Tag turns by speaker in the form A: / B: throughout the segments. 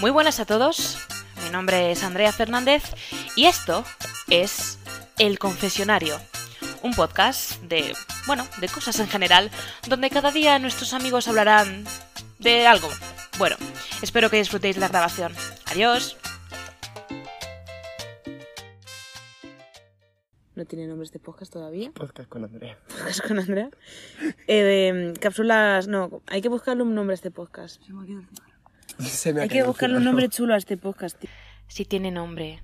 A: Muy buenas a todos, mi nombre es Andrea Fernández y esto es El Confesionario, un podcast de, bueno, de cosas en general, donde cada día nuestros amigos hablarán de algo. Bueno, espero que disfrutéis la grabación. Adiós.
B: No tiene nombres de podcast todavía.
C: Podcast con Andrea.
B: Podcast con Andrea. Eh, em, cápsulas. No, hay que buscarle un nombre a este podcast.
C: Se me ha
B: Hay que
C: caído
B: buscarle
C: encima.
B: un nombre chulo a este podcast, tío.
A: Si tiene nombre,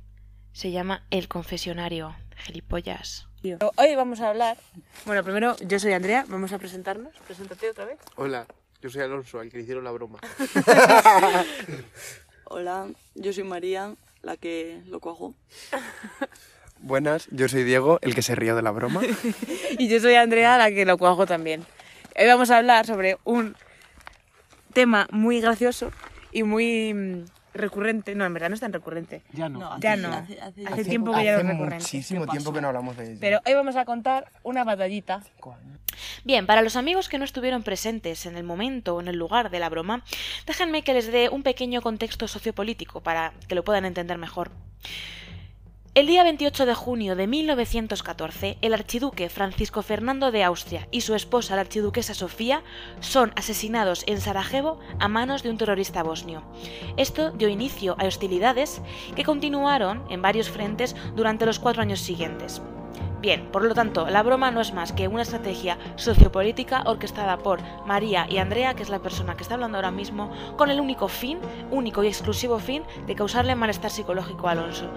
A: se llama El Confesionario, gilipollas.
B: Pero Hoy vamos a hablar. Bueno, primero, yo soy Andrea, vamos a presentarnos. Preséntate otra vez.
D: Hola, yo soy Alonso, al que le hicieron la broma.
E: Hola, yo soy María, la que lo cuajo.
C: Buenas, yo soy Diego, el que se rió de la broma.
B: Y yo soy Andrea, la que lo cuajo también. Hoy vamos a hablar sobre un tema muy gracioso y muy mm, recurrente. No, en verdad no es tan recurrente.
C: Ya no.
B: Ya no.
E: hace- hace-
B: Hace tiempo que ya no
C: hace
B: es recurrente.
C: muchísimo tiempo que no hablamos de ella.
B: Pero hoy vamos a contar una batallita.
A: Bien, para los amigos que no estuvieron presentes en el momento o en el lugar de la broma, déjenme que les dé un pequeño contexto sociopolítico para que lo puedan entender mejor. El día 28 de junio de 1914, el archiduque Francisco Fernando de Austria y su esposa, la archiduquesa Sofía, son asesinados en Sarajevo a manos de un terrorista bosnio. Esto dio inicio a hostilidades que continuaron en varios frentes durante los cuatro años siguientes. Bien, por lo tanto, la broma no es más que una estrategia sociopolítica orquestada por María y Andrea, que es la persona que está hablando ahora mismo, con el único fin, único y exclusivo fin, de causarle malestar psicológico a Alonso.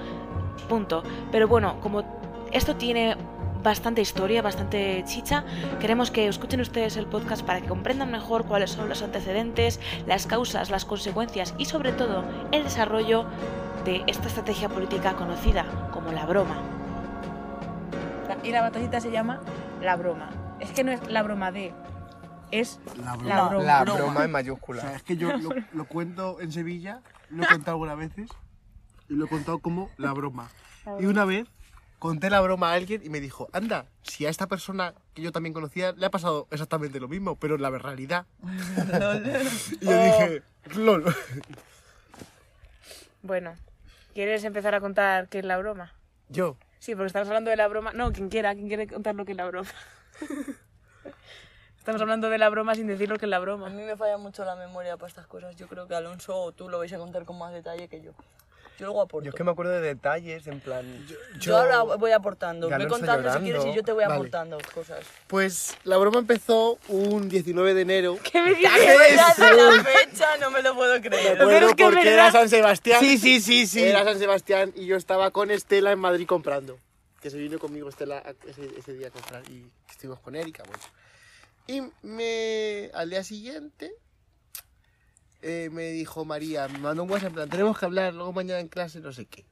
A: Punto. Pero bueno, como esto tiene bastante historia, bastante chicha, queremos que escuchen ustedes el podcast para que comprendan mejor cuáles son los antecedentes, las causas, las consecuencias y sobre todo el desarrollo de esta estrategia política conocida como la broma.
B: Y la batallita se llama La Broma. Es que no es La Broma de... Es...
F: La broma.
B: La broma.
C: La broma en
F: O sea,
C: mayúscula.
F: es que yo lo, lo cuento en Sevilla, lo he contado algunas veces, y lo he contado como la broma. Y una vez conté la broma a alguien y me dijo, anda, si a esta persona que yo también conocía le ha pasado exactamente lo mismo, pero en la realidad. y yo dije,
B: Oh.
F: lol.
B: Bueno, ¿quieres empezar a contar qué es La Broma?
F: Yo,
B: Sí, porque estamos hablando de La Broma... No, quien quiera, quien quiere contar lo que es La Broma. estamos hablando de La Broma sin decir lo que es La
E: A
B: Broma.
E: mí me falla mucho la memoria para estas cosas. Yo creo que Alonso o tú lo vais a contar con más detalle que yo. Yo luego aporto.
C: Yo
E: Yo,
C: es que me acuerdo de detalles, en plan...
E: ahora voy aportando.
C: Y
E: Voy
C: Alonso
E: contando si quieres y
C: llorando.
E: yo te voy
F: Vale.
E: aportando cosas.
F: pues la broma empezó un 19 de enero.
B: ¿Qué me dices?
E: Ya sé la fecha, no me lo puedo
F: Me
E: creer.
B: Pero
F: acuerdo
B: es que es
F: porque
B: verdad.
F: era San Sebastián.
C: sí, sí,
F: Era San Sebastián y yo estaba con Estela en Madrid comprando. Que se vino conmigo Estela a- ese, ese día a comprar y estuvimos con Erika. Bueno. Y me, al día siguiente eh, me dijo María, me mandó un WhatsApp en plan, tenemos que hablar luego mañana en clase, no sé qué.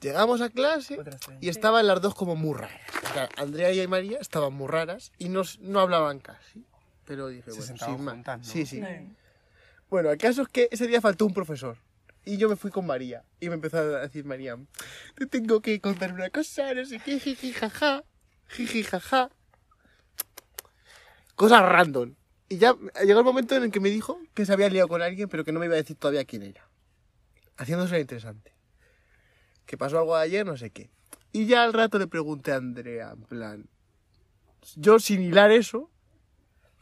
F: Llegamos a clase y estaban las dos como muy raras. O sea, Andrea y María estaban muy raras y no, s- no hablaban casi. Pero dije,
C: Se
F: bueno,
C: sentaban
F: sin más.
C: juntas, ¿no?
F: Sí, sí. Bueno, el caso es que ese día faltó un profesor. Y yo me fui con María. Y me empezó a decir María, te tengo que contar una cosa, no sé qué, jiji, jaja. Jiji, jaja. Cosas random. Y ya llegó el momento en el que me dijo que se había liado con alguien, pero que no me iba a decir todavía quién era. Haciéndose interesante. Que pasó algo ayer, no sé qué. Y ya al rato le pregunté a Andrea, en plan, yo sin hilar eso,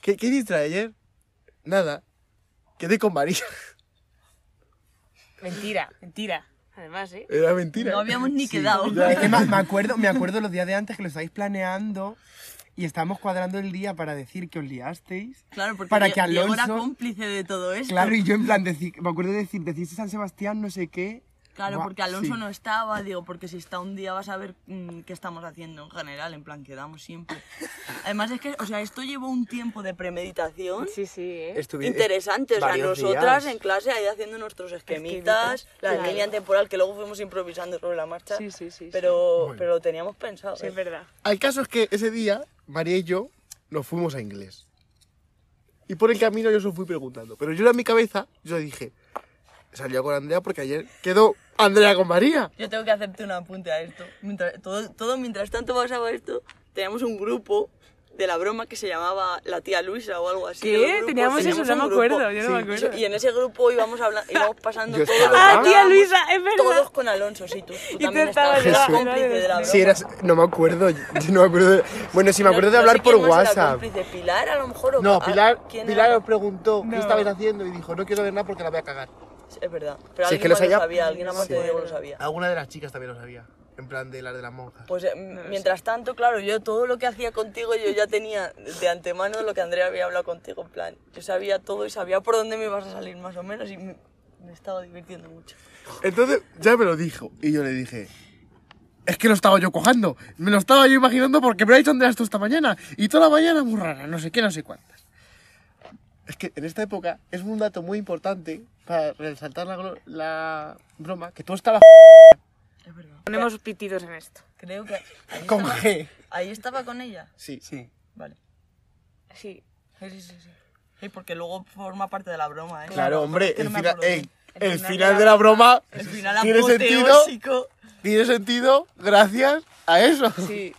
F: ¿qué, qué distrae ayer? Nada. Quedé con María.
B: Mentira, mentira. Además, ¿eh?
F: Era mentira.
E: No habíamos ni quedado.
C: Es que me, me acuerdo, me acuerdo los días de antes que lo estáis planeando y estábamos cuadrando el día para decir que os liasteis.
E: Claro, porque
C: para
E: Die-
C: que
E: Diego era
C: Alonso...
E: cómplice de todo esto.
C: Claro, y yo en plan, deci- me acuerdo de decir, decís San Sebastián no sé qué.
E: Claro,
C: Buah,
E: porque Alonso
C: sí.
E: no estaba, digo, porque si está un día vas a ver mm, qué estamos haciendo en general, en plan, quedamos siempre. Además es que, o sea, esto llevó un tiempo de premeditación
B: Sí, sí, ¿eh?
C: Estuvi-
E: interesante, o sea,
C: varios
E: nosotras
C: días.
E: en clase ahí haciendo nuestros esquemitas, la línea temporal que luego fuimos improvisando sobre la marcha,
B: Sí, sí, sí.
E: pero, pero lo teníamos pensado.
B: Sí,
E: ¿eh?
B: es verdad.
F: Al caso es que ese día, María y yo nos fuimos a inglés. Y por el camino yo os fui preguntando. Pero yo en mi cabeza, yo dije, salió con Andrea porque ayer quedó Andrea con María.
E: Yo tengo que hacerte un apunte a esto. Mientras, todo, todo mientras tanto pasaba esto, teníamos un grupo de la broma que se llamaba La tía Luisa o algo así.
B: ¿Qué?
E: Era un grupo-
B: ¿eh? Teníamos eso, no
E: un
B: me
E: grupo.
B: acuerdo, yo no me acuerdo.
E: Y en ese grupo íbamos, hablando, íbamos pasando
D: Yo
E: todo
D: estaba.
E: lo que
B: Ah, tía
E: hablábamos,
B: Luisa, es verdad.
E: Todos con Alonso, sí, tú, tú
B: tú
E: también
B: estabas,
E: estabas,
F: Jesús.
E: cómplice de la broma.
F: Sí, eras. No me acuerdo. yo no me acuerdo. de- Bueno, sí, me acuerdo de
E: No- no
F: hablar
E: sé
F: por
E: quién más era
F: WhatsApp.
E: cómplice, Pilar, a lo mejor. o-
F: No,
E: ah,
F: Pilar,
E: ¿quién
F: Pilar
E: era?
F: os preguntó qué
B: No.
F: estabais haciendo y dijo, no quiero ver nada porque la voy a cagar.
E: Es verdad. Pero
F: Sí, es
E: alguien
F: que lo
E: más lo
F: sabía. Ah.
E: sabía, alguien amante de Diego lo sabía.
F: Alguna de las chicas también lo sabía. En plan de las de las monjas.
E: Pues eh, mientras tanto, claro, yo todo lo que hacía contigo, yo ya tenía de antemano lo que Andrea había hablado contigo, en plan, yo sabía todo y sabía por dónde me ibas a salir más o menos y me, me estaba divirtiendo mucho.
F: Entonces, ya me lo dijo. Y yo le dije, es que lo estaba yo cojando. Me lo estaba yo imaginando porque me lo ha dicho Andrea esto esta mañana. Y toda la mañana muy rara, no sé qué, no sé cuántas. Es que en esta época es un dato muy importante para resaltar la, glo- la broma, que tú estabas
E: Es verdad.
B: Ponemos pitidos en esto.
E: Creo que ahí,
F: con
E: estaba,
F: G.
E: ahí estaba con ella.
F: Sí.
C: Sí.
E: Vale.
B: Sí.
E: Sí, sí, sí. sí. Sí, porque luego forma parte de la broma, ¿eh?
F: Claro, hombre,
E: que no
F: el,
E: me
F: fina-
E: acuerdo
F: ey,
E: bien.
F: el final, de la broma
E: El final
F: tiene sentido,
E: apoteósico.
F: tiene sentido gracias a eso.
B: Sí.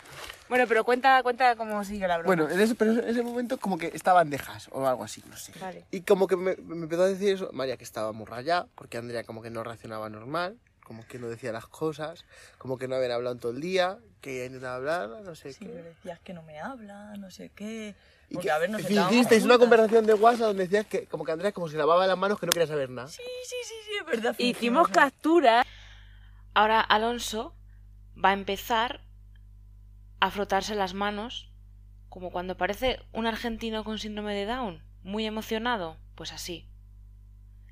B: Bueno, pero cuenta, cuenta cómo sigue la broma.
F: Bueno, en ese, pero en ese momento como que estaba en dejas o algo así, no sé.
B: Vale.
F: Y como que me, me empezó a decir eso, María que estaba muy rayada, porque Andrea como que no reaccionaba normal, como que no decía las cosas, como que no habían hablado en todo el día, que ella intentaba hablar, no sé
E: Sí,
F: qué.
E: pero decías que no me habla, no sé qué.
F: Y
E: Porque,
F: que-
E: a ver, nos
F: y
E: sentábamos
F: hicisteis una
E: juntas.
F: conversación de WhatsApp donde decías que como que Andrea como se lavaba las manos que no quería saber nada.
E: Sí, sí, sí, sí, es verdad.
B: Hicimos
E: fingimos-
B: capturas.
A: Ahora Alonso va a empezar a frotarse las manos como cuando parece un argentino con síndrome de Down, muy emocionado, pues así.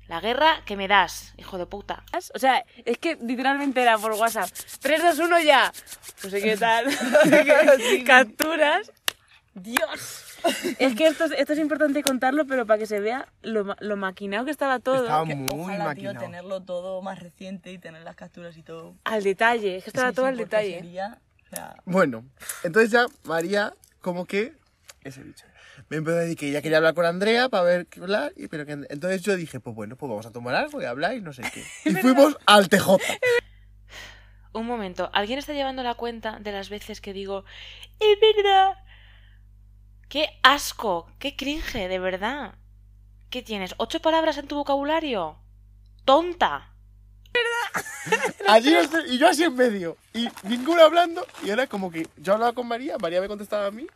A: La guerra que me das, hijo de puta.
B: O sea, es que literalmente era por WhatsApp. 3, 2, 1 ya. No sé qué tal. capturas.
E: Dios.
B: Es que esto, es- esto es importante contarlo, pero para que se vea lo, ma- lo maquinado que estaba todo.
C: Estaba
E: Que
C: muy
E: ojalá, tío,
C: maquinado.
E: tenerlo todo más reciente y tener las capturas y todo.
B: Al detalle, es que estaba
E: Sí,
B: todo
E: sí,
B: al
E: porque
B: detalle.
E: sería, o sea,
F: Bueno, entonces ya María, como que. Ese bicho. Me empezó a decir que ella quería hablar con Andrea para ver qué hablar. Y, pero que, entonces yo dije, pues bueno, pues vamos a tomar algo y hablar y no sé qué. Y fuimos al TJ.
A: Un momento, ¿alguien está llevando la cuenta de las veces que digo, es verdad? ¡Qué asco! ¡Qué cringe, de verdad! ¿Qué tienes? ¿Ocho palabras en tu vocabulario? ¡Tonta!
F: Allí nos- y yo así en medio. Y ninguno hablando. Y era como que yo hablaba con María, María me contestaba a mí.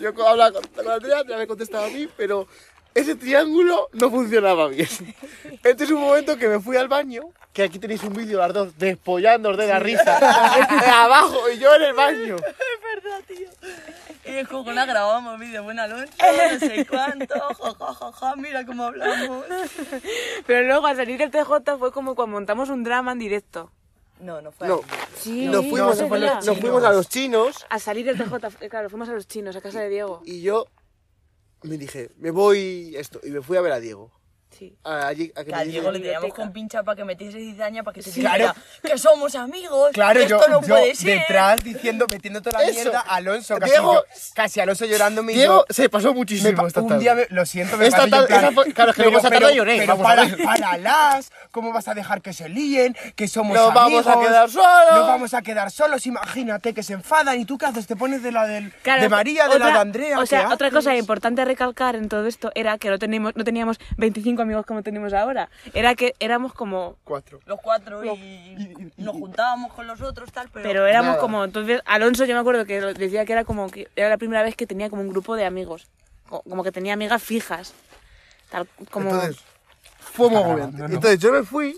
F: Yo co- hablaba con, con Andrea, Andrea me contestaba a mí. Pero ese triángulo no funcionaba bien. Este es un momento que me fui al baño. Que aquí tenéis un vídeo, las dos, despollándonos de la risa. abajo y yo en el baño.
E: Es verdad, tío. Y el juego la grabamos vídeo, buen Alonso, no sé cuánto, ja, ja, ja, ja, mira cómo hablamos.
B: Pero luego al salir del TJ fue como cuando montamos un drama en directo.
E: No, no fue
F: No,
E: así.
B: Sí,
F: nos fuimos,
B: es
F: nos fuimos-
B: verdad.
F: nos fuimos a los chinos
B: Al salir del TJ, eh, claro, fuimos a los chinos, a casa de Diego.
F: y yo me dije, me voy esto, y me fui a ver a Diego.
B: Sí.
F: A- allí- a que
E: Que
F: me
E: a
F: dice-
E: Diego le teníamos
B: biblioteca.
E: con pincha para que metiese cizaña, para que se
C: Claro.
E: sintiera que somos amigos,
C: Claro,
E: que
C: yo,
E: esto no
C: yo
E: puede ser.
C: detrás diciendo, metiendo toda la
F: Eso.
C: mierda, Alonso, casi,
F: Diego-
C: yo- casi Alonso llorando me
F: Diego
C: dijo,
F: se pasó
C: me
F: muchísimo
C: pa-
F: esta
C: un
F: tarde.
C: día me- lo siento, me
F: Esta
C: pasó yo en
F: tarde-
C: plan,
F: esa fue- claro, es que luego esa tarde lloré,
C: pero
F: vamos a
C: para,
F: ver.
C: para las, ¿cómo vas a dejar que se líen? Que somos
F: Nos vamos
C: amigos.
F: a quedar solos.
C: Nos vamos a quedar solos, imagínate que se enfadan y tú qué haces, te pones de la del,
B: Claro,
C: de María, de la
B: otra-
C: de Andrea.
B: O sea,
C: ¿qué
B: otra
C: haces?
B: cosa importante a recalcar en todo esto era que no teníamos, no teníamos 25 amigos como tenemos ahora. Era que éramos como.
F: Cuatro.
E: Los cuatro y nos juntábamos con los otros, tal, pero...
B: Pero éramos
F: Nada.
B: como. Entonces, Alonso, yo me acuerdo que lo- decía que era como que era la primera vez que tenía como un grupo de amigos. co- Como que tenía amigas fijas. Tal, como. Ah,
F: Entonces, fue muy
C: Está grabando,
F: agobiante.
C: no, no.
F: Entonces yo me fui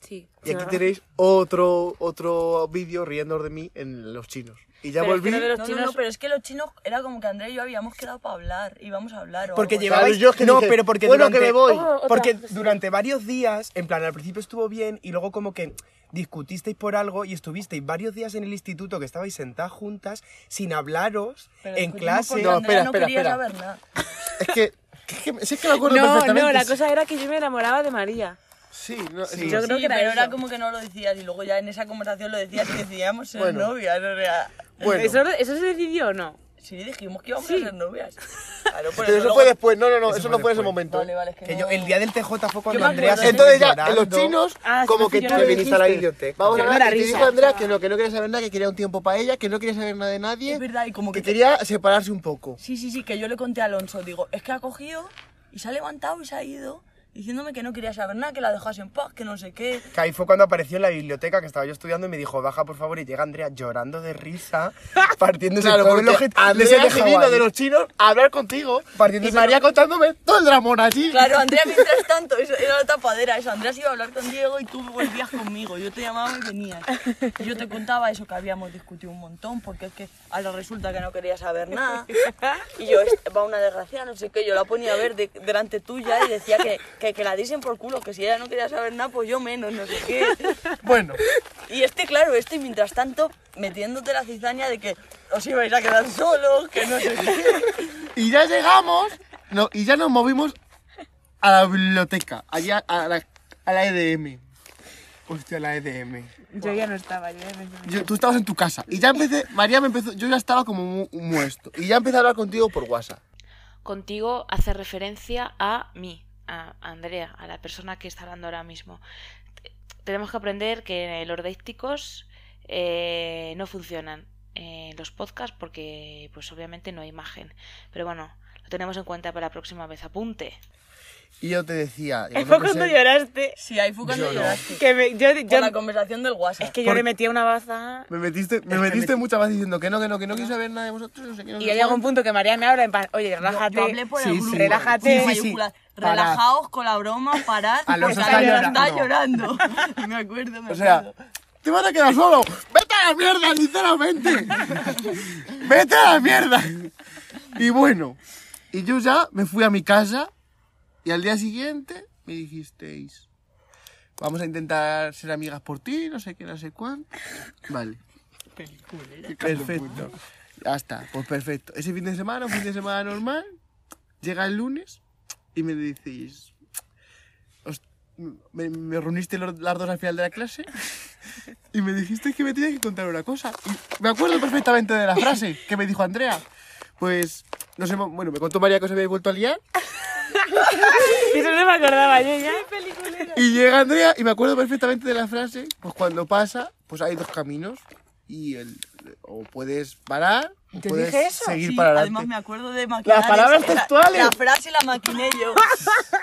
B: sí.
F: y aquí tenéis otro, otro vídeo riéndoos de mí en los chinos. Y ya
B: Pero es que
F: volví.
B: no de los
E: No, no,
B: chinos.
E: no, pero es que los chinos era como que Andrea y yo habíamos quedado para hablar, íbamos a hablar. o
C: Porque
E: algo así.
C: llevabais...
F: yo es que
C: no,
F: dije,
C: pero porque
F: bueno,
C: durante...
F: que me voy.
B: Oh, otra.
C: porque durante varios días, en plan, al principio estuvo bien y luego como que discutisteis por algo y estuvisteis varios días en el instituto que estabais sentadas juntas sin hablaros
E: Pero
C: en
E: discutimos
C: clase.
E: porque
F: No,
E: Andrea
F: espera,
E: no
F: espera,
E: quería
F: espera.
E: saber nada.
F: Es que, es que, es que me acuerdo
B: No,
F: perfectamente.
B: no, la cosa era que yo me enamoraba de María.
F: Sí, no, sí.
B: Yo creo
E: Sí,
B: que era
E: pero
B: eso.
E: era como que no lo decías y luego ya en esa conversación lo decías que decíamos ser
F: Bueno.
E: novias, o sea...
F: Bueno,
B: ¿Eso, ¿Eso se decidió o no?
E: Sí, dijimos que íbamos a
B: Sí.
E: ser novias. Claro, pero
F: Pero eso
E: luego-
F: fue después, no, no, no,
C: Eso
F: eso,
C: fue
F: no fue en ese
C: después.
F: momento.
E: Vale,
F: ¿eh?
E: vale, es que,
C: Que
E: no-
C: yo, el día del TJ fue
E: Yo me
C: cuando
E: acuerdo
C: Andrea
E: de
C: se
E: eso.
F: Entonces ya,
C: llorando.
F: los chinos,
B: Ah, sí,
F: como
B: sí,
F: que
B: sí,
F: tú
B: yo
F: le
B: lo vi.
F: dijiste a la
C: Biblioteca.
F: Vamos a
B: Pero
F: hablar,
B: una
F: que te
B: risa.
F: dijo Andrea que no, que no quería saber nada, que quería un tiempo para ella, que no quería saber nada de nadie,
E: Es verdad, y como
F: que
E: que...
F: quería separarse un poco.
E: Sí, sí, sí, que yo le conté a Alonso, digo, es que ha cogido y se ha levantado y se ha ido diciéndome que no quería saber nada, que la dejase en paz, que no sé qué.
C: Que ahí fue cuando apareció en la biblioteca que estaba yo estudiando y me dijo, baja por favor. Y llega Andrea llorando de risa, partiéndose
F: Claro,
C: todo el
F: porque
C: ojete. Les he
F: Andrea se
C: dejado
F: vino
C: ahí.
F: de los chinos a hablar contigo
C: Partiéndose
F: y María contándome todo el dramón allí.
E: Claro, Andrea, mientras tanto, eso era la tapadera, eso. Andrea se iba a hablar con Diego y tú volvías conmigo. Yo te llamaba y venías. Y yo te contaba eso que habíamos discutido un montón, porque es que ahora resulta que no quería saber nada. Y yo, "Es- va una desgracia, no sé qué. Yo la ponía a ver de- delante tuya y decía que, que, que la diesen por culo, que si ella no quería saber nada, pues yo menos, no sé qué.
F: Bueno,
E: Y este, claro, este, mientras tanto, metiéndote la cizaña de que os ibais a quedar solos, que no sé qué.
F: y ya llegamos no, y ya nos movimos a la biblioteca, allá a la, a la E EDM.
C: Hostia, la EDM.
B: Yo ya no estaba, yo ya me
F: E Yo- tú estabas en tu casa y ya empecé, María me empezó, yo ya estaba como mu- muerto y ya empecé a hablar contigo por WhatsApp.
A: Contigo hace referencia a mí, a Andrea, a la persona que está hablando ahora mismo. T- Tenemos que aprender que los dícticos eh, no funcionan en los podcasts porque, pues obviamente, no hay imagen. Pero bueno, lo tenemos en cuenta para la próxima vez. Apunte.
F: Y yo te decía, yo
B: Fue
F: me puse-
B: cuando lloraste.
E: Sí, ahí fue cuando
F: Yo no.
E: lloraste.
B: Que me, yo,
E: Con
B: yo,
E: la conversación del WhatsApp.
B: es que yo le metía una baza.
F: me metiste, me metiste muchas veces diciendo que no, que no, que no quiero saber nada de vosotros, no sé qué. no
B: Y
F: sé
B: ya
F: cuál.
B: llega un punto que María me habla en plan, oye,
E: Yo-
B: relájate.
E: Yo hablé por el
C: Sí,
E: grupo.
C: sí.
B: Relájate.
E: Con
C: Sí, sí, sí.
E: mayúsculas.
C: Parad.
E: Relajaos con la broma, parad.
C: Alonso
E: porque
C: está
E: llorando. llorando. Me acuerdo, me
F: O sea,
E: acuerdo.
F: te vas a quedar solo. Vete a la mierda, sinceramente. Vete a la mierda. Y bueno, y yo ya me fui a mi casa y al día siguiente me dijisteis, vamos a intentar ser amigas por ti, no sé qué, no sé cuánto. Vale. Perfecto. Ya está, pues perfecto. Ese fin de semana, un fin de semana normal, llega el lunes y me decís, os- me, me reuniste los- las dos al final de la clase y me dijiste que me tenías que contar una cosa. Y me acuerdo perfectamente de la frase que me dijo Andrea. Pues, no sé, bueno, me contó María que os habéis vuelto a liar.
B: Y eso no me acordaba yo ya.
F: Y llega Andrea y me acuerdo perfectamente de la frase, pues cuando pasa, pues hay dos caminos y el, o puedes parar o
B: ¿Te
F: puedes
B: dije eso?
F: seguir
E: Sí,
F: para
E: Además
F: adelante.
E: me acuerdo de maquinar.
F: Las palabras
E: esa- la-
F: textuales.
E: La, frase la maquiné yo.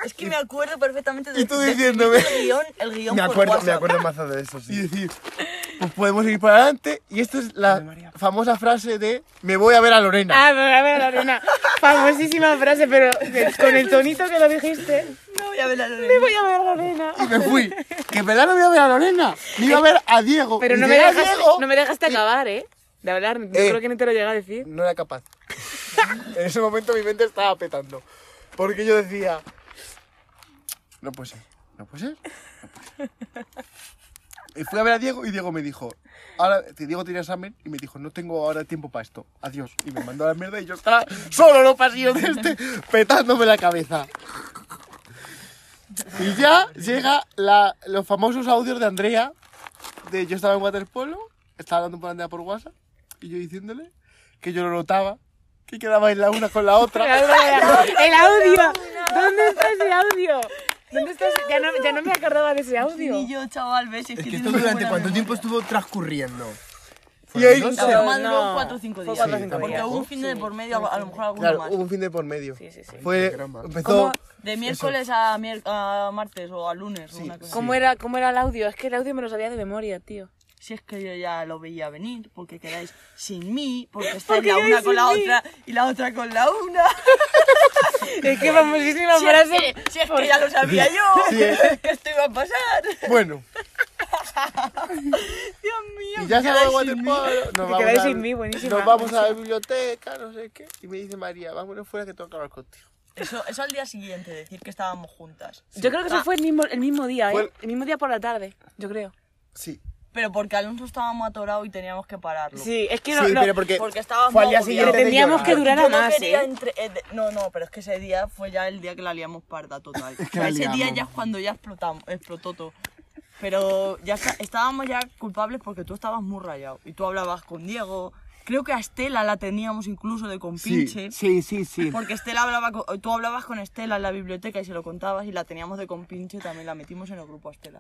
E: Es que me acuerdo perfectamente de
F: Y tú
E: de-
F: diciéndome.
E: El guión, el guión
C: Me
E: por
C: acuerdo, me
E: WhatsApp.
C: acuerdo mazo de eso,
F: Y
C: sí.
F: decir, pues podemos seguir para adelante. Y esta es la famosa frase de me voy a ver a Lorena.
B: Ah, me voy a ver la luna. Famosísima frase, pero de- con el tonito que lo dijiste.
E: No voy a ver la Lorena.
B: Me voy a ver la luna.
F: Y me fui. Que en verdad no me iba a ver a Lorena. Me iba a ver a Diego.
B: Pero
F: Y
B: no me,
F: llegué a
B: dejaste,
F: Diego.
B: no me dejaste acabar, ¿eh? De hablar, yo
F: Eh.
B: creo que no te lo llega a decir.
F: no era capaz. en ese momento mi mente estaba petando. Porque yo decía, no puede ser, no puede ser. no puede ser". Y fui a ver a Diego y Diego me dijo, ahora te- Diego tenía examen y me dijo, no tengo ahora tiempo para esto, adiós. Y me mandó a la mierda y yo estaba solo en los pasillos de este petándome la cabeza. Y ya llega la- los famosos audios de Andrea, de yo estaba en waterpolo, estaba hablando por Andrea por WhatsApp, y yo diciéndole que yo lo notaba, que quedabais la una con la otra.
B: El audio. ¿Dónde está ese audio? ¿Dónde está ese- Ya no, ya no me acordaba de ese audio.
E: Y yo, chaval, ves, es,
C: Es
E: que
C: que
E: tiene
C: esto
E: muy
C: durante
E: buena
C: cuánto
E: memoria.
C: tiempo estuvo transcurriendo.
F: Y ahí
C: Fueron
E: La
C: dos,
B: Pero
E: broma duró
B: no,
E: 4 o 5
B: fue
E: días.
B: cuatro o cinco
E: porque
B: días,
E: hubo
B: ¿no?
E: un fin de por medio, a lo mejor alguno
F: Claro,
E: más.
F: hubo un fin de por medio.
B: Sí, sí, sí.
F: Fue,
C: Gran mal.
F: empezó
B: ¿Cómo?
E: De miércoles a, mier- a martes o a lunes o una cosa así.
B: ¿Cómo era, ¿Cómo era el audio? Es que el audio me lo sabía de memoria, tío.
E: Si es que yo ya lo veía venir, porque quedáis sin mí, porque estáis la una con la otra y la otra con la una.
B: Es que famosísima
E: Si es,
B: frase.
E: que, si es que ya lo sabía yo, que esto iba a pasar.
F: bueno.
E: Dios mío.
F: Y ya
E: me
F: se va el
E: quedáis sin mí.
F: waterpolo. Nos vamos
B: quedáis
F: a-
B: sin mí, buenísima,
F: Nos vamos a la biblioteca, no sé qué. Y me dice María, vámonos fuera que tengo que hablar contigo.
E: Eso, eso al día siguiente, decir que estábamos juntas.
B: Yo creo que eso
E: Ah.
B: fue el mismo, el mismo día, ¿eh?
F: Fue-
B: El mismo día por la tarde, yo creo.
F: Sí.
E: Pero porque Alonso estábamos atorados y teníamos que pararlo.
B: Sí, es que no.
F: sí,
B: no-
F: pero porque,
E: Porque estábamos
C: Fue al día
E: agobiados.
B: que
C: siguiente de
B: teníamos
C: llorar.
B: que durar a
E: Yo no
B: más.
E: quería
B: ¿eh?
E: entre- eh, de- no, no, pero es que ese día fue ya el día que la liamos parda total.
F: que la
E: ese día
F: liamos.
E: ya es cuando ya explotamos, explotó todo. Pero ya está- estábamos ya culpables porque tú estabas muy rayado y tú hablabas con Diego Creo que a Estela la teníamos incluso de compinche.
F: Sí, sí, sí, sí.
E: Porque Estela hablaba con- tú hablabas con Estela en la biblioteca y se lo contabas y la teníamos de compinche, también la metimos en el grupo a Estela.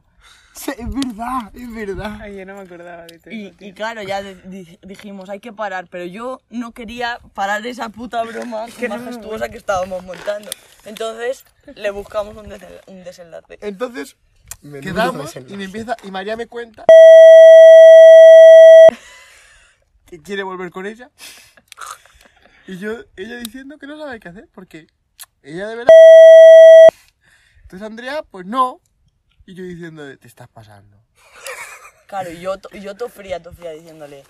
F: Sí, Es verdad, es verdad.
B: Ay, yo no me acordaba de todo
E: Y,
B: eso,
E: y
B: tío.
E: claro, ya de- di- dijimos, hay que parar, pero yo no quería parar esa puta broma majestuosa que estábamos montando. Entonces le buscamos un, desenla- un desenlace.
F: Entonces,
C: Menudo
F: quedamos
C: desenlace.
F: y me empieza, y María me cuenta que quiere volver con ella. Y yo, ella diciendo que no sabe qué hacer, porque ella de verdad. Entonces Andrea, pues no. Y yo diciendo, te estás pasando.
E: Claro, y yo, to- y yo tofría, tofría diciéndole.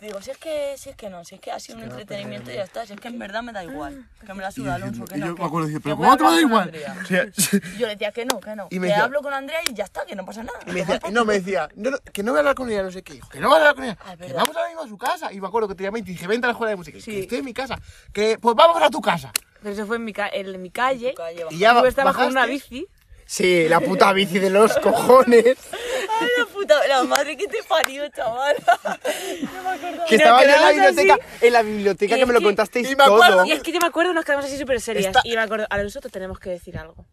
E: Digo, si es que, si es que no, si es que ha sido un entretenimiento y ya está, si es que en verdad me da igual. Que me la suda Alonso, que
F: y
E: no.
F: yo
E: que-
F: me acuerdo de decir,
E: que
F: pero
E: voy
F: ¿cómo te va a dar
E: hablar
F: igual?
E: con Andrea.
F: O sea,
E: Y Yo le decía que no, que no.
F: Y me
E: que
F: decía-
E: hablo con Andrea y ya está, que no pasa nada.
F: Y me decía, y no, me decía, no, no, que no voy a hablar con ella, no sé qué. Dijo, que no voy a hablar con ella.
E: Ah, es
F: Que
E: verdad.
F: vamos ahora mismo a su casa. Y me acuerdo que te llamé y te dije, vente a la escuela de música.
B: Sí.
F: Que estoy en mi casa. Que, pues vamos a tu casa.
B: Pero eso fue en mi, ca- en mi calle.
E: Calle,
F: Y ya
B: Yo estaba con
F: bajaste.
B: una bici.
F: Sí, la puta bici de los cojones.
E: Ay, la puta, la madre que te parió, chaval. No me acordaba.
C: Que
B: nos
C: estaba yo en la
B: quedamos así.
C: biblioteca, en la biblioteca
B: Y
C: que me lo
B: es que-
C: contasteis
F: y me acuerdo
C: todo.
B: Y es que yo me acuerdo, nos quedamos así súper serias. Y me acuerdo, a nosotros tenemos que decir algo.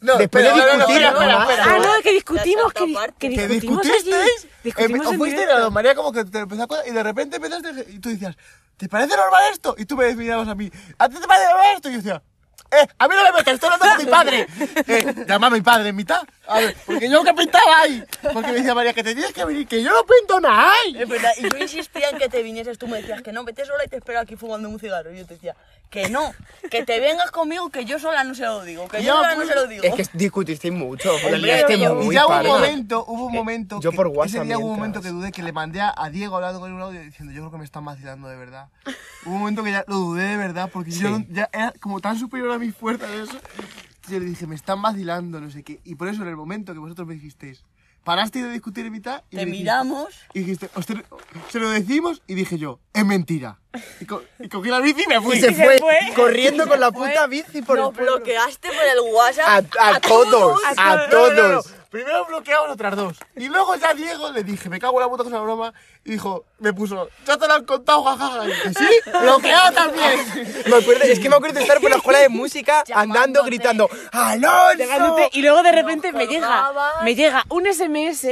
F: No,
C: Después de
F: espera, no, no, no,
C: discutir,
F: espera, espera,
C: además.
F: espera.
B: ah,
E: bueno,
B: no, que discutimos,
E: ya
B: que,
E: está,
B: di- que
F: que
B: discutimos allí.
F: discutisteis,
B: Discutimos
F: em- os
B: en
F: fuiste
B: directo.
F: la María como que te empezó a contar y de repente empezaste y tú decías, ¿te parece normal esto? Y tú me mirabas a mí, ¿a ti te parece normal esto? Y yo decía, eh, a mí no me metas, estoy hablando con mi padre. Eh, llama a mi padre en mitad, a ver, porque yo que pintaba ahí. Porque me decía María, que te tienes que venir, que yo no pinto nada ahí.
E: Es verdad, y yo insistía en que te vinieses, tú me decías que no, vete sola y te espero aquí fumando un cigarro. Y yo te decía, que no, que te vengas conmigo, que yo sola no se lo digo,
F: Y
E: que yo
F: ya,
E: sola no
F: pues,
E: se lo digo.
C: Es que discutisteis mucho, os
E: Hombre,
C: liaste
E: yo-
C: muy
F: y ya hubo un
C: parda.
F: momento, hubo un momento,
C: yo
F: que-
C: por
F: ese
C: WhatsApp
F: día hubo un momento
C: mientras.
F: que dudé, que le mandé a a Diego hablando con un audio diciendo, yo creo que me están vacilando de verdad. Hubo un momento que ya lo dudé de verdad, porque yo no- ya era como tan superior a mis fuerzas de eso, que yo le dije, me están vacilando, no sé qué. Y por eso en el momento que vosotros me dijisteis, parasteis de discutir en mitad y me
E: Te
F: dijiste-
E: miramos.
F: Y dijiste, "Os te- se lo decimos y dije yo, es mentira. Y, co- y cogí la bici y me fui.
C: Y se fue corriendo con la puta bici por el
E: Nos
C: pueblo.
E: bloqueaste por el WhatsApp.
C: A, a todos,
F: No, no,
C: a
F: no, no.
C: todos.
F: Primero bloquearon otras dos. Y luego ya Diego le dije, me cago en la puta con una broma. Y dijo, me puso, ya te lo han contado, jajaja. Y dije, sí, bloqueado también.
C: Me acuerdo, es que me acuerdo de estar por la escuela de música andando
E: Llamándote.
C: gritando ¡Alonso!
B: Llamándote, Y luego de repente me llega,
E: colgabas.
B: me llega un SMS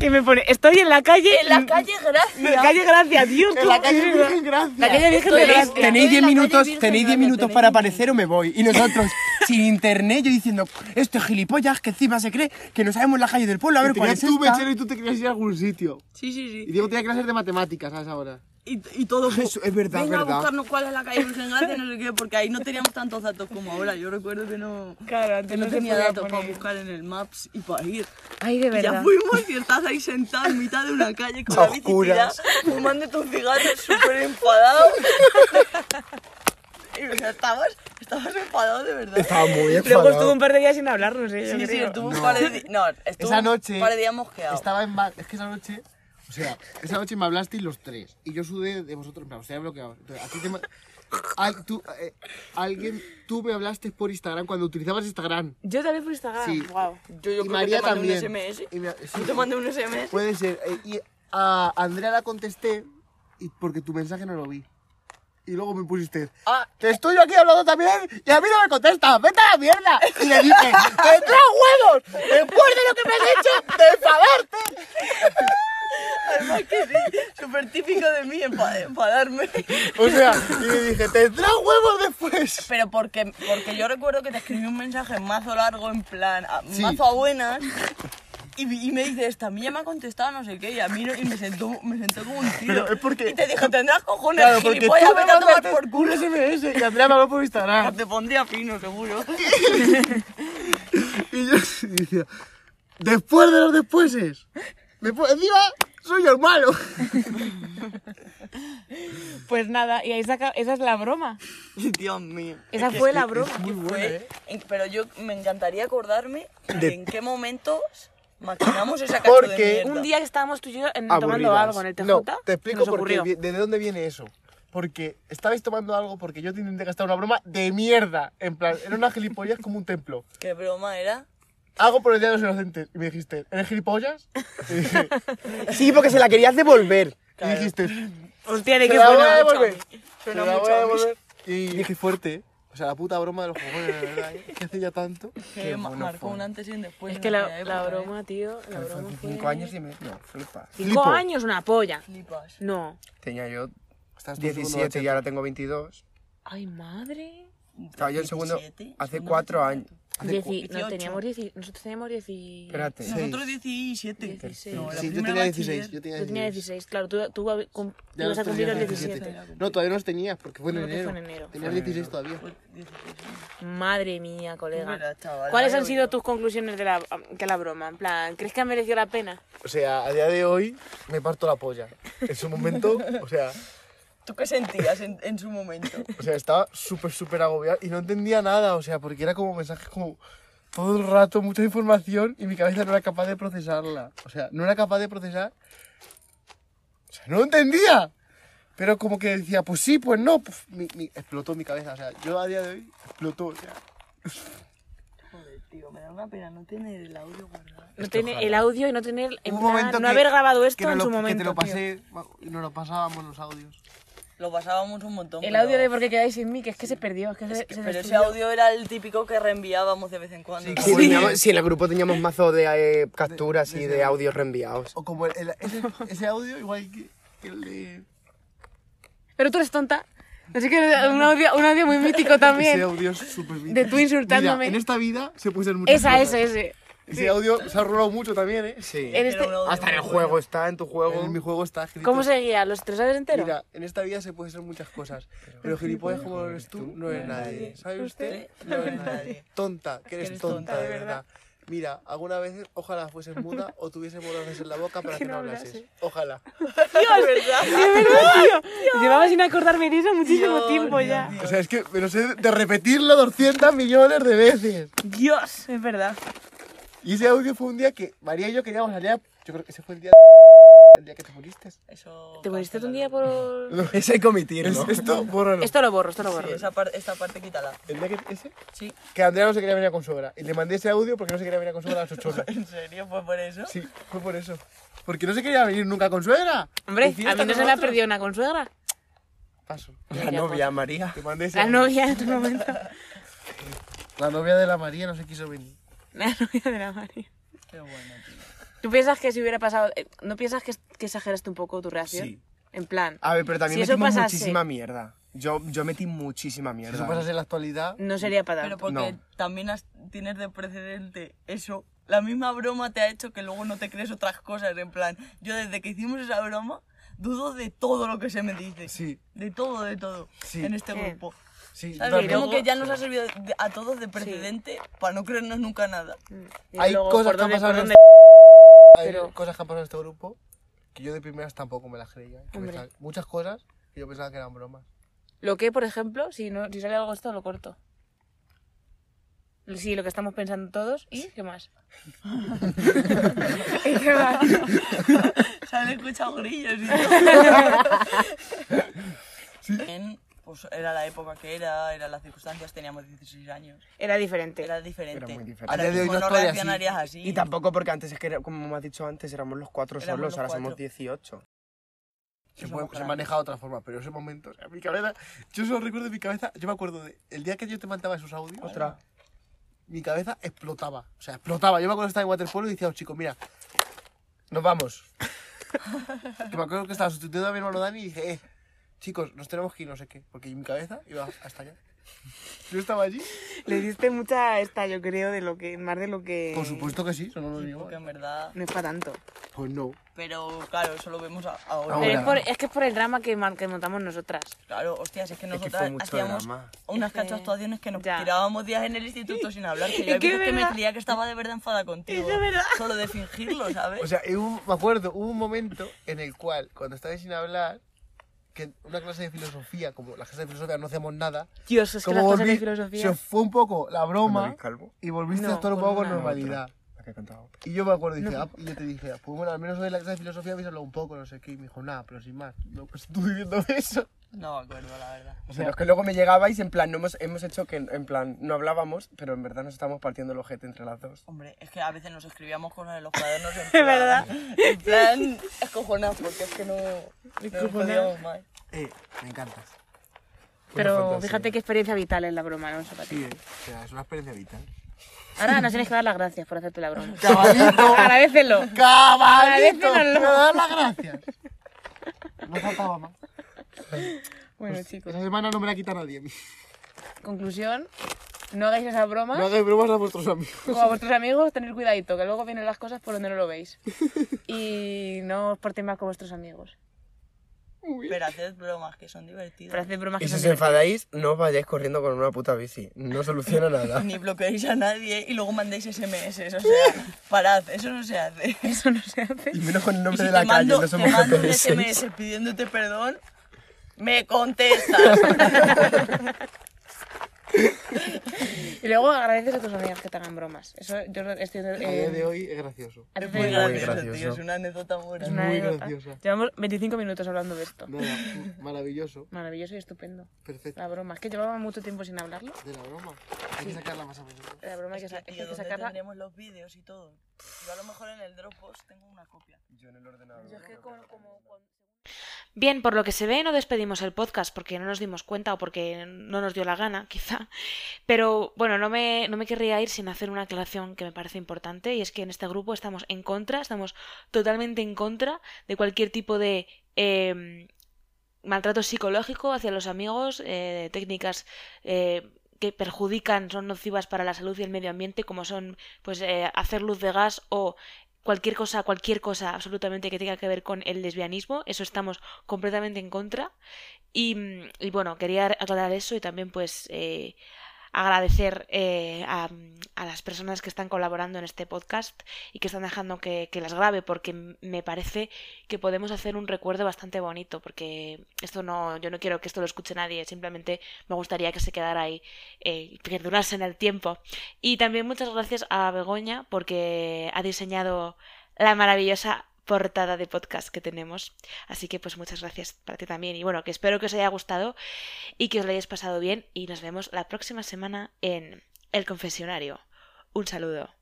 B: que me pone, estoy en la calle.
E: En la calle, gracias.
B: En la calle, gracias, Dios.
F: En la calle Virgen Gracia.
B: La calle Virgen de
E: Estoy-
B: Gracia.
E: Estoy en
C: Tenéis 10
E: la
C: minutos,
E: calle Virgen
C: tenéis 10
E: María,
C: minutos
E: tenéis
C: para
E: 10
C: aparecer o me voy. Y nosotros, sin internet, yo diciendo, este gilipollas que encima se cree que no sabemos la calle del pueblo, a ver cuál
F: Tenías
C: es
F: tú
C: esta.
F: mechero y tú te querías ir a algún sitio.
E: Sí, sí, sí.
F: Y Diego tenía clases de matemáticas a esa hora.
E: Y, y todo fue,
C: Eso es verdad,
E: Venga
C: verdad.
E: a buscarnos cuál es la calle Virgen Gracia, no sé qué, porque ahí no teníamos tantos datos como ahora. Yo recuerdo que no,
B: Claro, antes
E: que no
B: no se
E: tenía
B: podía
E: datos para
B: poner.
E: buscar en el Maps y para ir.
B: Ay, de
E: Y Ya
B: verdad.
E: fuimos y estás ahí sentado en mitad de una calle con la bici
C: Oscuras.
E: tirada, fumándote un cigarro súper enfadado. y o sea, estabas, estabas enfadado de verdad.
C: Estaba muy
B: Luego
C: enfadado.
B: estuvo un par de días sin hablarnos, ¿eh? Yo
E: Sí, sí,
B: creo.
E: estuvo un par de días. No, estuvo
F: Esa noche.
E: un par de días mosqueado.
F: Estaba en ba- Es que esa noche. O sea, esa noche me hablasteis los tres. Y yo sudé de vosotros. En plan, os tenía bloqueados. Entonces, a ti te ma- Al- tú, eh, alguien. Tú me hablaste por Instagram cuando utilizabas Instagram.
B: Yo también por Instagram.
F: Sí.
B: Ah, Guau.
E: Yo, yo
F: y
E: creo
F: María
E: que te mandé
F: también.
E: un SMS.
F: Y me- sí.
E: Yo te mandé un SMS.
F: Puede ser. eh, Y a Andrea la contesté y porque tu mensaje no lo vi. Y luego me pusiste,
E: Ah.
F: te estoy yo aquí hablando también y a mí no me contestas, vete a la mierda. Y le dije, ¡te traes huevos! Después de lo que me has hecho, de enfadarte.
E: Además que sí, súper típico de mí enfa- enfadarme.
F: O sea, y le dije, te traes huevos después.
E: Pero porque, porque yo recuerdo que te escribí un mensaje mazo largo, en plan, a-
F: Sí.
E: mazo a buenas. Y, vi- y me dices, también me ha contestado no sé qué, y a mí no- y me sentó, me sentó como un tío.
F: Pero es porque-
E: Y te dijo, tendrás cojones,
F: Claro, porque tú
E: gilipollas,
F: me
E: vete a tomar
F: mandaste
E: por culo.
F: un SMS y Andrea me habló por Instagram.
E: Te pondría fino, seguro.
F: Y yo decía, después de los despuéses. Después, encima, soy yo el malo.
B: Pues nada, y ahí se acaba- esa es la broma.
E: Dios mío.
B: Esa fue la broma.
F: Muy bueno,
E: Fue-
F: ¿eh?
E: en- pero yo me encantaría acordarme de
C: De-
E: en qué momentos maquinamos esa cacho
F: Porque
E: de mierda.
B: Un día que estábamos tú y yo en- tomando
F: Ah, aburridas.
B: algo en el TJ.
F: No, te
B: nos
F: explico por qué,
B: ocurrió.
F: vi- de dónde viene eso. Porque estabais tomando algo porque yo te intenté gastar una broma de mierda. En plan, era una gilipollas como un templo.
E: ¿Qué broma era?
F: Algo por el Día de los Inocentes. Y me dijiste, ¿eres gilipollas? Y dije,
C: Sí, porque se la querías devolver.
F: Y dijiste,
B: Hostia, de
F: se
B: que
F: la voy
B: bueno.
F: a devolver. Se
E: Suena
F: la voy
E: mucho
F: a
E: a mí.
F: devolver. Y dije fuerte, ¿eh? O sea, la puta broma de los cojones, de verdad, ¿eh? Que hace ya tanto.
E: Que
C: Qué
E: ma-
C: bueno
E: marcó
C: fue.
E: un antes y un después.
B: Es
E: en
B: que la,
E: aquella
B: la
E: época, ¿eh?
B: broma, tío, la broma fue...
C: 5 años y medio. No, flipa.
B: Cinco
F: Flipo.
B: años, una polla.
E: Flipas.
B: No.
C: Tenía yo
F: Estás tú en segundo
C: 17 y
F: bachillerato.
C: ahora tengo 22.
B: Ay, madre.
C: Estaba yo en segundo
E: 17,
C: hace
E: segundo
C: 4
E: bachillerato.
C: años.
B: Dieci-
E: cu-
B: no,
E: 18.
B: teníamos dieci- nosotros teníamos 16.
C: Espérate.
F: Sí.
E: Nosotros 17.
B: Dieciséis.
E: No, la
F: Sí, yo
E: primera
F: tenía
E: bachiller-
F: 16. Yo tenía
B: Yo tenía
F: 16.
B: 16, claro, tú, tú hab- cum-
F: Ya
B: ibas a
F: los
B: cumplir los
F: tenías
B: 17.
F: 17. No, todavía no los tenías porque fue en
B: Creo que
F: enero.
B: fue en enero.
F: Tenías 16 todavía.
E: Pues, 16.
B: Madre mía, colega.
E: Mira, chaval,
B: ¿Cuáles
E: ahí
B: han
E: voy
B: sido
E: yo.
B: tus conclusiones de la, de la broma? En plan, ¿crees que ha merecido la pena?
F: O sea, a día de hoy me parto la polla. En su momento, o sea,
E: ¿Tú qué sentías en, en su momento?
F: o sea estaba súper, súper agobiado y no entendía nada. O sea, porque era como mensajes como todo el rato, mucha información y mi cabeza no era capaz de procesarla. O sea, no era capaz de procesar. O sea, no lo entendía. Pero como que decía, pues sí, pues no. pues, mi- mi- explotó mi cabeza. O sea, yo a día de hoy explotó. O sea,
E: Joder, tío, me da una pena no tener el audio guardado.
B: No tener el audio y no tener. en
F: Hubo un
B: plan,
F: momento
B: no
F: que-
B: haber grabado
F: que
B: esto
F: no
B: en
F: lo-
B: su momento.
F: Que te lo
B: tío.
F: pasé y nos lo pasábamos los audios.
E: Lo pasábamos un montón.
B: El
E: pero-
B: audio de por qué quedáis sin mí, que es que se perdió. Es que se, se
E: Pero ese
B: destruyó.
E: audio era el típico que reenviábamos de vez en cuando.
C: Sí, teníamos- sí, en el grupo teníamos mazo de eh, capturas y de audios reenviados.
F: O como el, el- ese, ese audio, igual que, que el de.
B: Pero tú eres tonta. Así que un audio, un audio muy mítico también.
F: Ese audio es súper
B: De tú insultándome.
F: Mira, en esta vida se puede ser mucho.
B: Esa, ese, ese.
F: Ese audio se ha rolado mucho también, ¿eh?
C: Sí.
B: En este-
C: Hasta en el juego está, en tu juego.
F: En mi juego está escrito.
B: ¿Cómo seguía? ¿Los tres audios enteros?
F: Mira, en esta vida se puede ser muchas cosas. Pero gilipollas como lo eres tú, no eres nadie. ¿Sabe usted? No eres nadie. Tonta, que eres tonta, de verdad. Mira, algunas veces ojalá fueses muda o tuviese moradas en la boca para que no hablases. Ojalá.
B: Llevaba sin acordarme de eso muchísimo tiempo ya.
F: O sea, es que me lo sé de repetirlo 200 millones de veces.
B: Dios, es verdad.
F: Y ese audio fue un día que María y yo queríamos salir a... Yo creo que ese fue el día... El día que te moriste.
E: Eso
B: ¿Te moriste un día por...?
C: Ese hay que omitirlo.
F: Es- esto, bórralo.
B: Esto lo borro, esto lo borro.
E: Sí, esa par- esta parte quítala.
F: El día que... Ese...
E: Sí,
F: Que Andrea no se quería venir con su obra. Y le mandé ese audio porque no se quería venir con su obra a su chorra.
E: en serio, fue por eso.
F: Sí, fue por eso. Porque no se quería venir nunca con suegra.
B: Hombre,
F: ¿En fiesta
B: a mí no
F: con
B: se me ha
F: otros?
B: perdido una consuegra.
F: Paso.
C: La novia, María.
F: Te mandé ese
B: La
F: audio.
B: novia en tu momento.
F: La novia de la María no se quiso venir.
B: La novia de la María.
E: Qué bueno, tío.
B: ¿Tú piensas que si hubiera pasado... eh, ¿No piensas que, que exageraste un poco tu reacción?
C: Sí.
B: En plan...
C: A ver, pero también
B: Si eso
C: metimos
B: pasase-
C: muchísima mierda. Yo, yo metí muchísima mierda.
F: Eso pasa en la actualidad.
B: No sería para
E: Pero
B: tanto.
E: porque
C: No.
E: también has- tienes de precedente eso. La misma broma te ha hecho que luego no te crees otras cosas. En plan, yo desde que hicimos esa broma, dudo de todo lo que se me dice.
F: Sí.
E: De todo, de todo.
F: Sí.
E: En este
B: Sí.
E: grupo.
F: Sí, yo
E: ¿Sabes?
F: también.
E: Como que ya nos ha servido de- a todos de precedente para no creernos nunca nada.
B: Y
F: Hay
B: luego,
F: cosas
B: ¿por
F: que han
B: dónde-
F: pasado
B: por
F: en
B: dónde-
F: este... Hay
B: Pero-
F: cosas que han pasado en este grupo que yo de primeras tampoco me las creía. Yo
B: Hombre.
F: pensaba- Muchas cosas que yo pensaba que eran bromas. este-
B: Lo que, por ejemplo, si, no, si sale algo esto, lo corto. Sí, lo que estamos pensando todos. ¿Y qué más? ¿Y qué más?
E: Se han escuchado grillos y También, Pues era la época que era, eran las circunstancias, teníamos 16 años.
B: Era diferente.
E: Era diferente.
C: Era muy diferente.
F: A
E: Ahora
F: día de hoy
E: mismo
F: no
E: no
F: actuaría así.
E: reaccionarías así.
C: Y tampoco porque antes, es que era- como me has dicho antes, éramos los cuatro
E: Éramos
C: solos,
E: los
C: ahora
E: cuatro.
C: somos 18.
F: se,
E: Eso
F: puede-
E: es
F: se
E: grande.
F: maneja de otra forma, pero ese momento, o sea, mi cabeza, yo solo recuerdo mi cabeza, yo me acuerdo de el día que yo te mandaba esos audios,
C: Otra.
F: mi cabeza explotaba, o sea, explotaba. Yo me acuerdo que estaba en waterpolo y decía a los chicos, mira, nos vamos. que me acuerdo que estaba sustituyendo a mi hermano Dani y dije, eh, chicos, nos tenemos que ir, no sé qué, porque mi cabeza iba hasta allá. Yo estaba allí.
B: Le diste mucha esta, yo creo, de lo que más de lo que
F: Por supuesto que sí, eso no lo
E: Sí,
F: digo.
E: porque en verdad.
B: no es para tanto.
F: Pues no.
E: Pero claro, eso lo vemos a- ahora.
B: Pero es,
F: Ahora.
B: por- es que es por el drama que, mar- que montamos nosotras.
E: Claro, hostias, es que
C: que
E: nosotras
C: fue mucho
E: hacíamos
C: drama.
E: unas
B: Es que-
E: cachostuaciones que nos
B: ya.
E: tirábamos días en el instituto sin hablar. Que
B: Es
E: yo hay
B: que es
E: veces que me
B: verdad.
E: creía que estaba de verdad enfadada contigo.
B: es verdad.
E: Solo de fingirlo, ¿sabes?
F: O sea, y hubo- me acuerdo, hubo un momento en el cual, cuando estabais sin hablar, que en una clase de filosofía, como la clase de filosofía no hacíamos nada,
B: Dios, es que
F: como
B: las cosas de
F: volví, pues, se
B: filosofía.
F: os fue un poco la broma
C: Cuando vi calvo.
F: y volviste
B: No,
F: a todo un
B: con
F: poco con
B: una
F: normalidad.
C: que cantaba.
F: Y yo me acuerdo, y dije, ah, y yo te dije, ah, pues bueno, al menos en la clase de filosofía habéis hablado un poco, no sé qué. Y me dijo, nada, pero sin más. No, pues tú viviendo eso.
E: No me acuerdo, la verdad.
C: Pero es que luego me llegabais, en plan, no hemos, hemos hecho que, en- en plan, no hablábamos, pero en verdad nos estábamos partiendo el ojete entre las dos.
E: Hombre, es que a veces nos escribíamos cosas en los cuadernos. Es verdad. En plan, escojonados, porque es que no. No nos podíamos más.
F: Eh, me encantas.
B: Pero fíjate qué experiencia vital es la broma, ¿no? Eso para ti.
F: Sí, eh. O sea, es una experiencia vital.
B: Ahora nos tienes que dar las gracias por hacerte la broma.
F: ¡Cabalito!
B: Agradecelo.
F: ¡Cabalito!
B: Agradecelo.
F: ¡Te dar las gracias! No faltaba más.
B: Bueno, chicos.
F: Esa semana no me la quita nadie.
B: Pues, eh, Conclusión. No hagáis esas bromas.
F: No hagáis bromas a vuestros amigos.
B: Como a vuestros amigos, tened cuidadito, que luego vienen las cosas por donde no lo veis. Y no os portéis mal con vuestros amigos.
E: Pero haced bromas que son
B: Pero
E: divertidas.
B: haced bromas que
C: Y si
B: son
C: os
B: de-
C: enfadáis, no os vayáis corriendo con una puta bici. No soluciona nada.
E: Ni bloqueéis a nadie y luego mandéis SMS. O sea, parad, eso no se hace.
B: Eso no se hace.
C: Y menos con el
E: Y
C: nombre
E: si
C: de
E: te
C: la calle,
E: mando,
C: no
E: te
C: somos
E: mando un
C: GPS.
E: SMS pidiéndote perdón, me contestas.
B: Y luego agradeces a tus amigas que te hagan bromas. Eso yo estoy...
F: A día de
B: Eh,
F: hoy es gracioso.
B: antes de-
E: Muy gracioso, tío.
C: gracioso.
E: Es una anécdota muy
B: es
E: graciosa.
B: una
F: muy
B: anécdota.
F: graciosa.
B: Llevamos 25 minutos hablando de esto.
F: Nada, maravilloso.
B: Maravilloso y estupendo.
F: Perfecto.
B: La broma. Es que llevaba mucho tiempo sin hablarlo.
F: De la broma. Hay que sacarla más a menudo.
B: La broma es que, sa- es que hay que sacarla.
E: Tendremos los vídeos y todo. Yo a lo mejor en el Dropbox tengo una copia.
A: Bien, por lo que se ve, no despedimos el podcast porque no nos dimos cuenta o porque no nos dio la gana, quizá. Pero bueno, no me, no me querría ir sin hacer una aclaración que me parece importante y es que en este grupo estamos en contra, estamos totalmente en contra de cualquier tipo de eh, maltrato psicológico hacia los amigos, eh, técnicas eh, que perjudican, son nocivas para la salud y el medio ambiente, como son pues eh, hacer luz de gas o cualquier cosa, cualquier cosa absolutamente que tenga que ver con el lesbianismo, eso estamos completamente en contra. Y, mm, y bueno, quería aclarar eso y también pues eh, agradecer eh, a, a las personas que están colaborando en este podcast y que están dejando que, que las grabe porque m- me parece que podemos hacer un recuerdo bastante bonito porque esto no, yo no quiero que esto lo escuche nadie, simplemente me gustaría que se quedara ahí, eh, perdurarse en el tiempo. Y también muchas gracias a Begoña porque ha diseñado la maravillosa portada de podcast que tenemos. Así que pues muchas gracias para ti también. Y bueno, que espero que os haya gustado y que os lo hayáis pasado bien. Y nos vemos la próxima semana en El Confesionario. Un saludo.